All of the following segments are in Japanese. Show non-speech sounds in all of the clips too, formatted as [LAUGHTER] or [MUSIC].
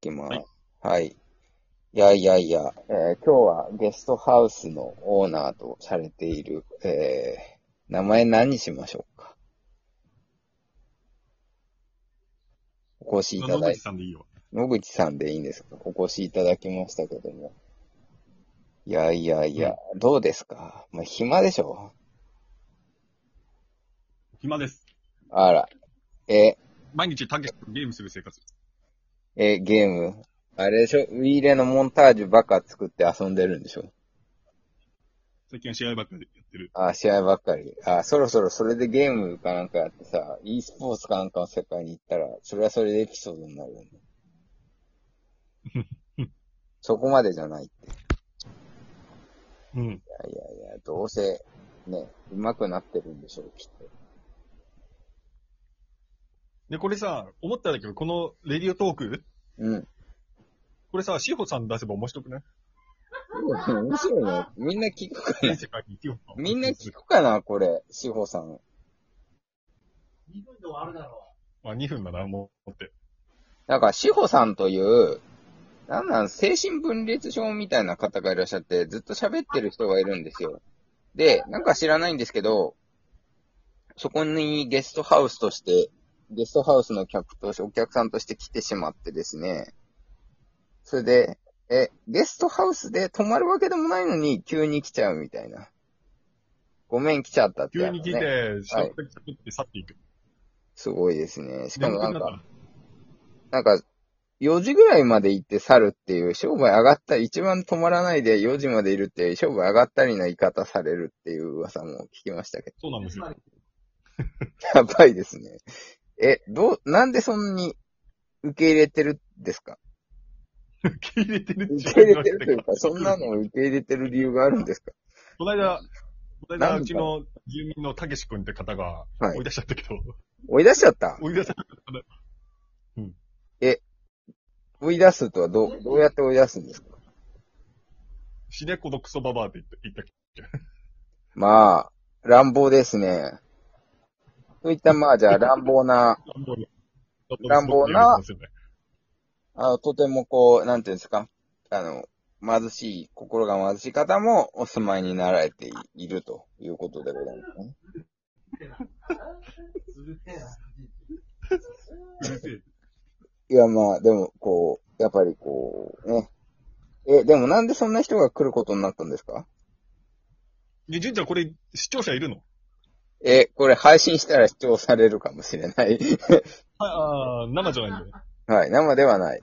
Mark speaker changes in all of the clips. Speaker 1: きま
Speaker 2: は
Speaker 1: す
Speaker 2: い。
Speaker 1: はい。いやいやいや、えー今日はゲストハウスのオーナーとされている、えー、名前何にしましょうか。お越しい
Speaker 2: あ
Speaker 1: た
Speaker 2: 野
Speaker 1: だ
Speaker 2: 口
Speaker 1: い、
Speaker 2: さんでいいよ。
Speaker 1: 野口さんでいいんですかお越しいただきましたけども。いやいやいや、どうですかまあ、暇でしょ
Speaker 2: 暇です。
Speaker 1: あら。え、
Speaker 2: 毎日たけしとゲームする生活。
Speaker 1: え、ゲームあれでしょウィーレのモンタージュばっか作って遊んでるんでしょ
Speaker 2: 最近は試合ばっかりやってる。
Speaker 1: あ、試合ばっかり。あ、そろそろそれでゲームかなんかやってさ、e スポーツかなんかの世界に行ったら、それはそれでエピソードになるよね。そこまでじゃないって。い
Speaker 2: うん。
Speaker 1: やいやいや、どうせ、ね、上手くなってるんでしょう、きっと。
Speaker 2: で、これさ、思ったんだけど、このレディオトーク、
Speaker 1: うん。
Speaker 2: これさ、志保さん出せば面白くない
Speaker 1: [LAUGHS] 面白いね。みんな聞くかな
Speaker 2: 全世界に志保さ
Speaker 1: みんな聞くかなこれ、志保さん。
Speaker 3: 2分で終わるだろ
Speaker 2: まあ、2分だな、もう、って。
Speaker 1: なんか、志保さんという、なんなん、精神分裂症みたいな方がいらっしゃって、ずっと喋ってる人がいるんですよ。で、なんか知らないんですけど、そこにゲストハウスとして、ゲストハウスの客として、お客さんとして来てしまってですね。それで、え、ゲストハウスで泊まるわけでもないのに、急に来ちゃうみたいな。ごめん、来ちゃったって
Speaker 2: 急
Speaker 1: やつね。
Speaker 2: に来て、しゃべって去っていく。
Speaker 1: すごいですね。しかもなん
Speaker 2: 眠く
Speaker 1: か、
Speaker 2: なっ
Speaker 1: なんか、4時ぐらいまで行って去るっていう、商売上がった、一番止まらないで4時までいるっていう、商売上がったりな言い方されるっていう噂も聞きましたけ
Speaker 2: そうなんですよ。
Speaker 1: ど。や [LAUGHS] ばいですね。え、どう、なんでそんなに受け入れてるんですか
Speaker 2: 受け入れてる
Speaker 1: 受
Speaker 2: 自
Speaker 1: け
Speaker 2: 分
Speaker 1: 入
Speaker 2: が
Speaker 1: れてるというか、そんなのを受け入れてる理由があるんですか
Speaker 2: この間、この
Speaker 1: な
Speaker 2: 間、
Speaker 1: ん
Speaker 2: う
Speaker 1: で
Speaker 2: ちの住民のたけし君って方が
Speaker 1: は
Speaker 2: 追い
Speaker 1: い。
Speaker 2: 出しちゃったけど、
Speaker 1: 追い出しちゃった
Speaker 2: 追い出しちゃった。
Speaker 1: 追い出すとはどう、どうやって追い出すんですか
Speaker 2: 死ねこのクソババアって言った言ったっけ
Speaker 1: まあ、乱暴ですね。そういった、まあ、じゃあ乱暴な、乱暴
Speaker 2: [LAUGHS]
Speaker 1: な。あとてもこう、なんていうんですか、あの、貧しい、心が貧しい方もお住まいになられているということでございますね。
Speaker 3: う。するね
Speaker 2: うるせえ。
Speaker 1: いや、まあ、でも、こう、やっぱりこう、ね。え、でもなんでそんな人が来ることになったんですか
Speaker 2: で、純ちゃんこれ、視聴者いるの
Speaker 1: え、これ配信したら視聴されるかもしれない。 [LAUGHS]
Speaker 2: ああー、生じゃないんだよ。
Speaker 1: はい、生ではない。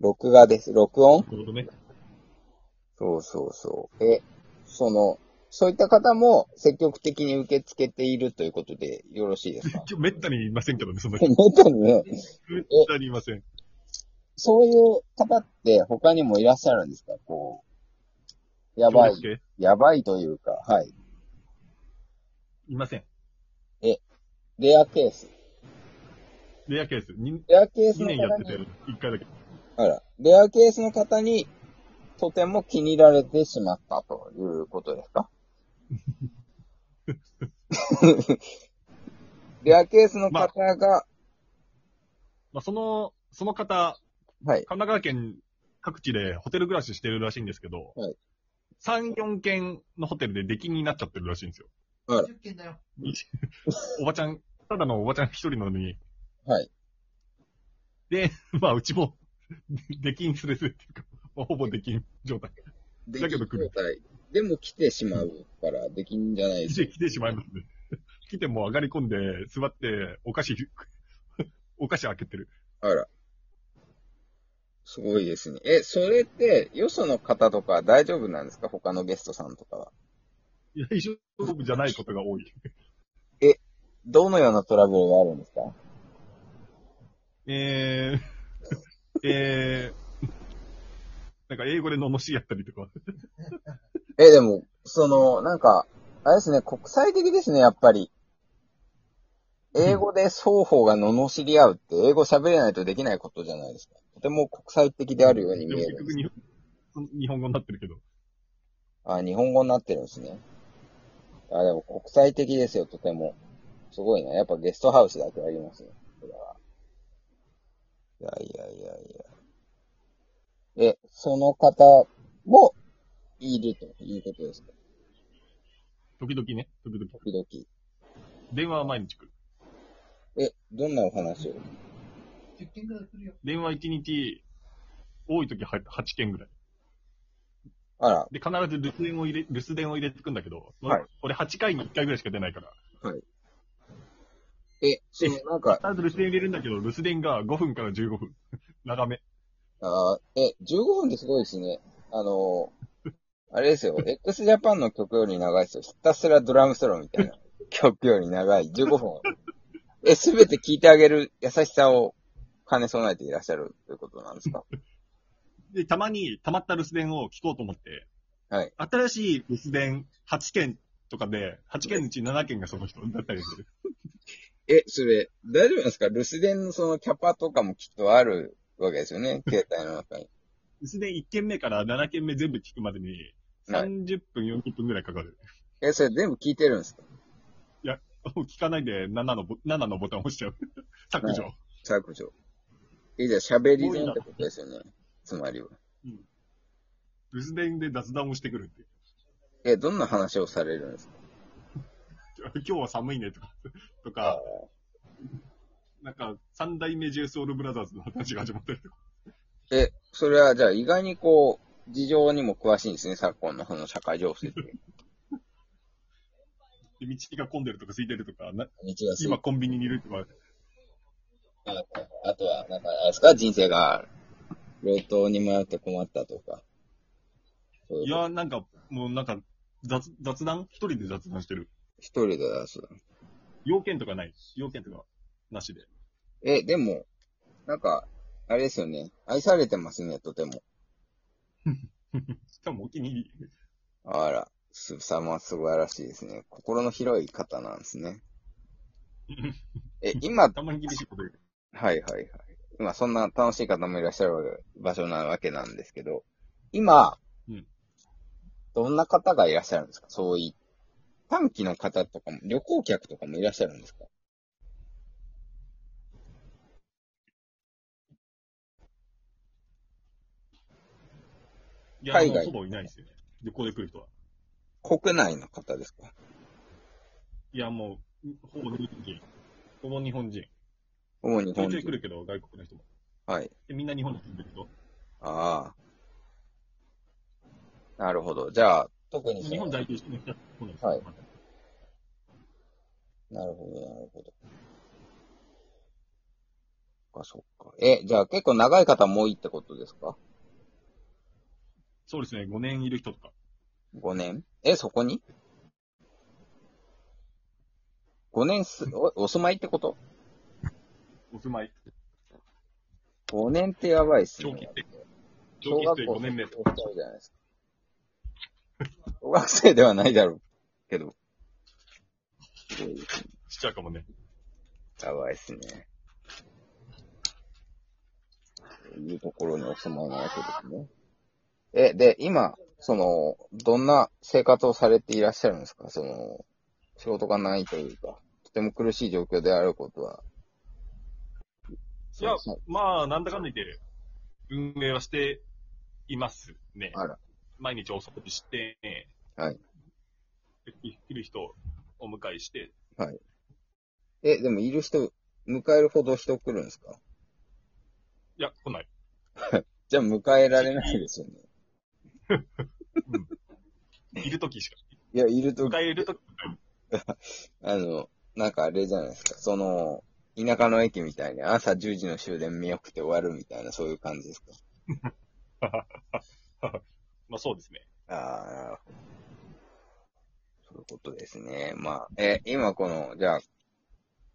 Speaker 1: 録画です。録音
Speaker 2: なるほどね。
Speaker 1: そうそうそう。え、その、そういった方も積極的に受け付けているということでよろしいです
Speaker 2: [LAUGHS]
Speaker 1: か
Speaker 2: 今日めったにいませんけどね、そんな人。
Speaker 1: 本当にね、
Speaker 2: めったにいません。
Speaker 1: そういう方って他にもいらっしゃるんですかこう、やばい
Speaker 2: 今日、だ
Speaker 1: やばいというか、はい。
Speaker 2: けいません。
Speaker 1: レアケース。
Speaker 2: レアケース。2,
Speaker 1: レアケース
Speaker 2: 2
Speaker 1: の
Speaker 2: 年やっ
Speaker 1: 方
Speaker 2: てて、
Speaker 1: に、
Speaker 2: 1回だけ。
Speaker 1: あら、レアケースの方に、とても気に入られてしまったということです
Speaker 2: [LAUGHS]
Speaker 1: かレアケースの方が、
Speaker 2: まあ、その、その方、
Speaker 1: はい。
Speaker 2: 神奈川県各地でホテル暮らししてるらしいんですけど、
Speaker 1: はい
Speaker 2: 3、4軒のホテルで出禁になっちゃってるらしいんですよ。
Speaker 3: 10件だよ。
Speaker 2: [LAUGHS] おばちゃん、ただのおばちゃん一人なのに。
Speaker 1: はい。
Speaker 2: で、 [LAUGHS] まあ、うちも、出禁すれすれっていうか、まあ、ほぼ出禁状態。だけど来る
Speaker 1: でも来てしまうから、できんじゃないです
Speaker 2: 来て、来てしまいますね。 [LAUGHS] 来てもう上がり込んで、座って、お菓子、 [LAUGHS] お菓子開けてる。
Speaker 1: あら。すごいですね。え、それって、よその方とか大丈夫なんですか他のゲストさんとかは。
Speaker 2: いや、一緒じゃないことが多い。
Speaker 1: どのようなトラブルがあるんですか
Speaker 2: えー、えー、なんか英語で罵しやったりとか。
Speaker 1: え、でも、その、なんか、あれですね、国際的ですね、やっぱり。英語で双方が罵り合うって、英語喋れないとできないことじゃないですか。とても国際的であるように
Speaker 2: で
Speaker 1: 見
Speaker 2: も
Speaker 1: え
Speaker 2: 結
Speaker 1: るんで
Speaker 2: 局
Speaker 1: す。
Speaker 2: 日本日本語になってるけど。
Speaker 1: あ、日本語になってるんですね。あ、でも国際的ですよ、とても。すごいな。やっぱゲストハウスだけは言いますね。いやいやいやいや。え、その方もいるということですか
Speaker 2: 時々ね、時々。
Speaker 1: 時々。
Speaker 2: 電話は毎日来る。
Speaker 1: え、どんなお話を
Speaker 3: 10件ぐらい来るよ。
Speaker 2: 電話1日、多い時は8件ぐらい。
Speaker 1: あら、
Speaker 2: で、必ず留守電を入れ、留守電を入れてくんだけど、
Speaker 1: はい
Speaker 2: 俺8回に1回ぐらいしか出ないから。
Speaker 1: え、そのなんか、
Speaker 2: 必ず留守電入れるんだけど、留守電が5分から15分。 [LAUGHS] 長め。
Speaker 1: あーえ、15分ですごいですね。あのーあれ [LAUGHS] ですよ、x ジャパンの曲より長いですよ。ひたすらドラムソロみたいな曲より長い、15分。え、すべて聴いてあげる優しさを兼ね備えていらっしゃるということなんですか
Speaker 2: で、たまに、溜まった留守電を聞こうと思って、
Speaker 1: はい。
Speaker 2: 新しい留守電8件とかで、8件のうち7件がその人だったりする。
Speaker 1: え、それ、大丈夫なんですか留守電のそのキャパとかもきっとあるわけですよ [LAUGHS] ね、携帯の中に。
Speaker 2: 留守電1件目から7件目全部聞くまでに、
Speaker 1: はい
Speaker 2: 30分、40分ぐらいかかる。 [LAUGHS]
Speaker 1: え、それ全部聞いてるんですか
Speaker 2: もう聞かないで7のボ、7のボタンを押しちゃう。 [LAUGHS] 削除。
Speaker 1: 削除。え、じゃあ喋り順ってことですよね。つまりは。
Speaker 2: 留守電で雑談をしてくるっていう。
Speaker 1: え、どんな話をされるんですか
Speaker 2: [LAUGHS] 今日は寒いねとか、 [LAUGHS] とか、なんか、三代目 j ソ o ルブラザーズの話が始まってるとか。
Speaker 1: え、それはじゃあ意外にこう、事情にも詳しいんですね、昨今のその社会情勢って。
Speaker 2: で道が混んでるとか空いてるとか、な
Speaker 1: 道がす
Speaker 2: 今コンビニにいるとか、
Speaker 1: あとは、なんか、あれですか、人生が、路頭に迷って困ったとか。そういう
Speaker 2: いや、なんか、もうなんか、雑、雑談一人で雑談してる。
Speaker 1: 一人で出す。
Speaker 2: 要件とかない。要件とか、なしで。
Speaker 1: え、でも、なんか、あれですよね。愛されてますね、とても。
Speaker 2: しかもお気に入り。
Speaker 1: あら、すさま素晴らしいですね。心の広い方なんです
Speaker 2: [LAUGHS]
Speaker 1: ね。え、今、
Speaker 2: たまに厳しいこと言う。
Speaker 1: はいはいはい。今、そんな楽しい方もいらっしゃるわけ場所なわけなんですけど、今、
Speaker 2: うん
Speaker 1: どんな方がいらっしゃるんですかそうい短期の方とかも、旅行客とかもいらっしゃるんですか
Speaker 2: いや、
Speaker 1: 海
Speaker 2: もう
Speaker 1: 外
Speaker 2: ほぼいないですよね。旅行で来る人は。
Speaker 1: 国内の方ですか
Speaker 2: いや、もう、ほぼ日本人。ほぼ日本人。
Speaker 1: 主に日
Speaker 2: ちょい
Speaker 1: 本
Speaker 2: ちょい来
Speaker 1: 人。
Speaker 2: るけど、外国の人も。
Speaker 1: はい。
Speaker 2: でみんな日本に住んでる人。
Speaker 1: ああ。なるほど。じゃあ、特にその
Speaker 2: 日本在住してる人は来ないです。
Speaker 1: はいなるほど、なるほど。そっか、そっか。え、じゃあ結構長い方も多いってことですか
Speaker 2: そうですね、5年いる人とか。
Speaker 1: 5年え、そこに ?5 年す、お、お住まいってこと
Speaker 2: お住まい。
Speaker 1: ?5 年ってやばいっすね。
Speaker 2: 長期って。
Speaker 1: 小
Speaker 2: 長期
Speaker 1: 学
Speaker 2: 生
Speaker 1: 校
Speaker 2: 5年目とか。
Speaker 1: 卒業しちゃうじゃないですか。小学生ではないだろうけど。すごいですね
Speaker 2: しちゃうかもね。
Speaker 1: やばいっすね。というところにお住まいなわけですね。え、で、今、その、どんな生活をされていらっしゃるんですかその、仕事がないというか、とても苦しい状況であることは。
Speaker 2: いや
Speaker 1: そう
Speaker 2: まあ、なんだかんだ言って、運営はしていますね。
Speaker 1: あら、
Speaker 2: 毎日お食事して、
Speaker 1: はい。
Speaker 2: で来る人をお迎えして、
Speaker 1: え、でもいる人、迎えるほど人来るんですか
Speaker 2: いや、来ない。
Speaker 1: じゃあ迎えられないですよね。
Speaker 2: いるときしか。
Speaker 1: いや、いると
Speaker 2: 迎えるとき、
Speaker 1: あの、なんかあれじゃないですか、その、田舎の駅みたいに朝10時の終電見送って終わるみたいな、そういう感じですか。
Speaker 2: まあそうですね。
Speaker 1: ああ、なるほど。そういうことですね。まあ、え、今この、じゃあ、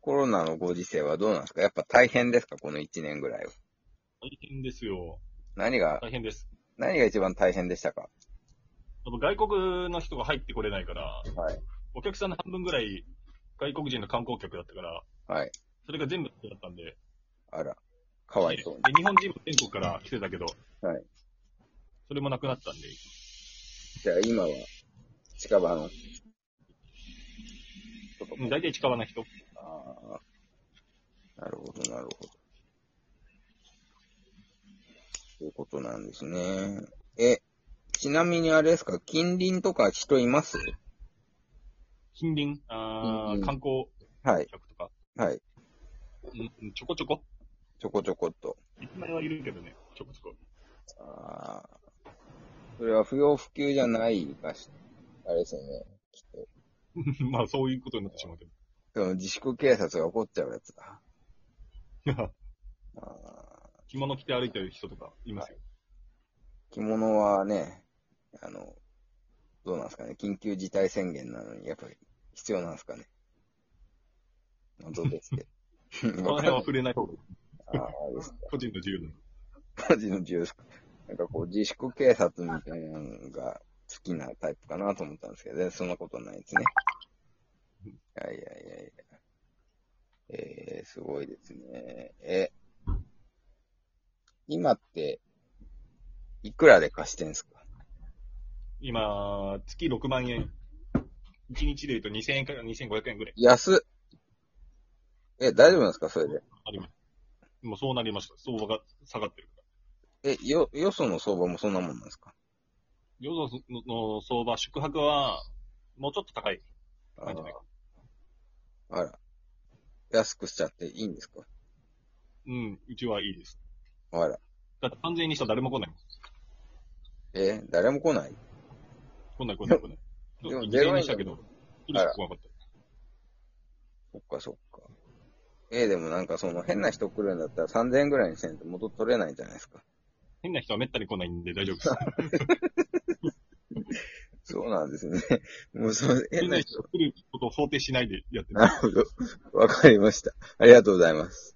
Speaker 1: コロナのご時世はどうなんですかやっぱ大変ですかこの1年ぐらいは。
Speaker 2: 大変ですよ。
Speaker 1: 何が、
Speaker 2: 大変です。
Speaker 1: 何が一番大変でしたか
Speaker 2: やっぱ外国の人が入ってこれないから、
Speaker 1: はい。
Speaker 2: お客さんの半分ぐらい外国人の観光客だったから、
Speaker 1: はい。
Speaker 2: それが全部だったんで、
Speaker 1: あら、かわいそうに。
Speaker 2: で日本人も全国から来てたけど、
Speaker 1: はい
Speaker 2: それもなくなったんで、
Speaker 1: じゃあ今は、近場の、
Speaker 2: うん大体近場の人。
Speaker 1: ああ、なるほど、なるほど。ということなんですね。え、ちなみにあれですか、近隣とか人います
Speaker 2: 近隣、
Speaker 1: う
Speaker 2: あー
Speaker 1: んうん
Speaker 2: 観光
Speaker 1: はい、
Speaker 2: 客とか、
Speaker 1: はい。
Speaker 2: うんうんちょこちょこ。
Speaker 1: ちょこちょこっと。
Speaker 2: いつまではいるけどね、ちょこちょこ。 [LAUGHS]
Speaker 1: ああ。それは不要不急じゃないがし、あれですよね。きっと。
Speaker 2: まあ、そういうことになってしまうけど。
Speaker 1: その自粛警察が怒っちゃうやつだ。
Speaker 2: いや
Speaker 1: ああ。
Speaker 2: [LAUGHS] 着物着て歩いてる人とかいますよ。
Speaker 1: 着物はね、あの、どうなんですかね。緊急事態宣言なのに、やっぱり必要なんですかね。謎ですけ
Speaker 2: [LAUGHS]
Speaker 1: ど。
Speaker 2: この辺は触れない方がいい
Speaker 1: ああ、あれですか。
Speaker 2: 個人の自由なの。
Speaker 1: 個人の自由ですか。なんかこう、自粛警察みたいなのが好きなタイプかなと思ったんですけど、全然そんなことないですね。いやいやいやいや。えー、すごいですね。え、今って、いくらで貸してんすか
Speaker 2: 今、月6万円。1日で言うと2000円から2500円ぐらい
Speaker 1: 安っえ、大丈夫なんですかそれで。
Speaker 2: あります。もうそうなりました。相場が下がってるから。
Speaker 1: え、よ、よその相場もそんなもんなんですか
Speaker 2: 夜の相場、宿泊は、もうちょっと高い
Speaker 1: あ
Speaker 2: 感じゃないか。
Speaker 1: あら。安くしちゃっていいんですか
Speaker 2: うん、うちはいいです。
Speaker 1: あら。
Speaker 2: だって完全にしたら誰も来ないもん。
Speaker 1: え、誰も来ない
Speaker 2: 来ない来ない来ない。
Speaker 1: でも
Speaker 2: 一回にしたけど、一人しか来なかった。
Speaker 1: そっかそっか。ええ、でもなんかその変な人来るんだったら3000円ぐらいにせんと元取れないじゃないですか。
Speaker 2: 変な人はめったに来ないんで大丈夫です。
Speaker 1: そうなんですね。 [LAUGHS] もうその変
Speaker 2: 変
Speaker 1: な
Speaker 2: な
Speaker 1: 人
Speaker 2: 人。来ることを想定しないでやってる
Speaker 1: なるほど。わかりました。ありがとうございます。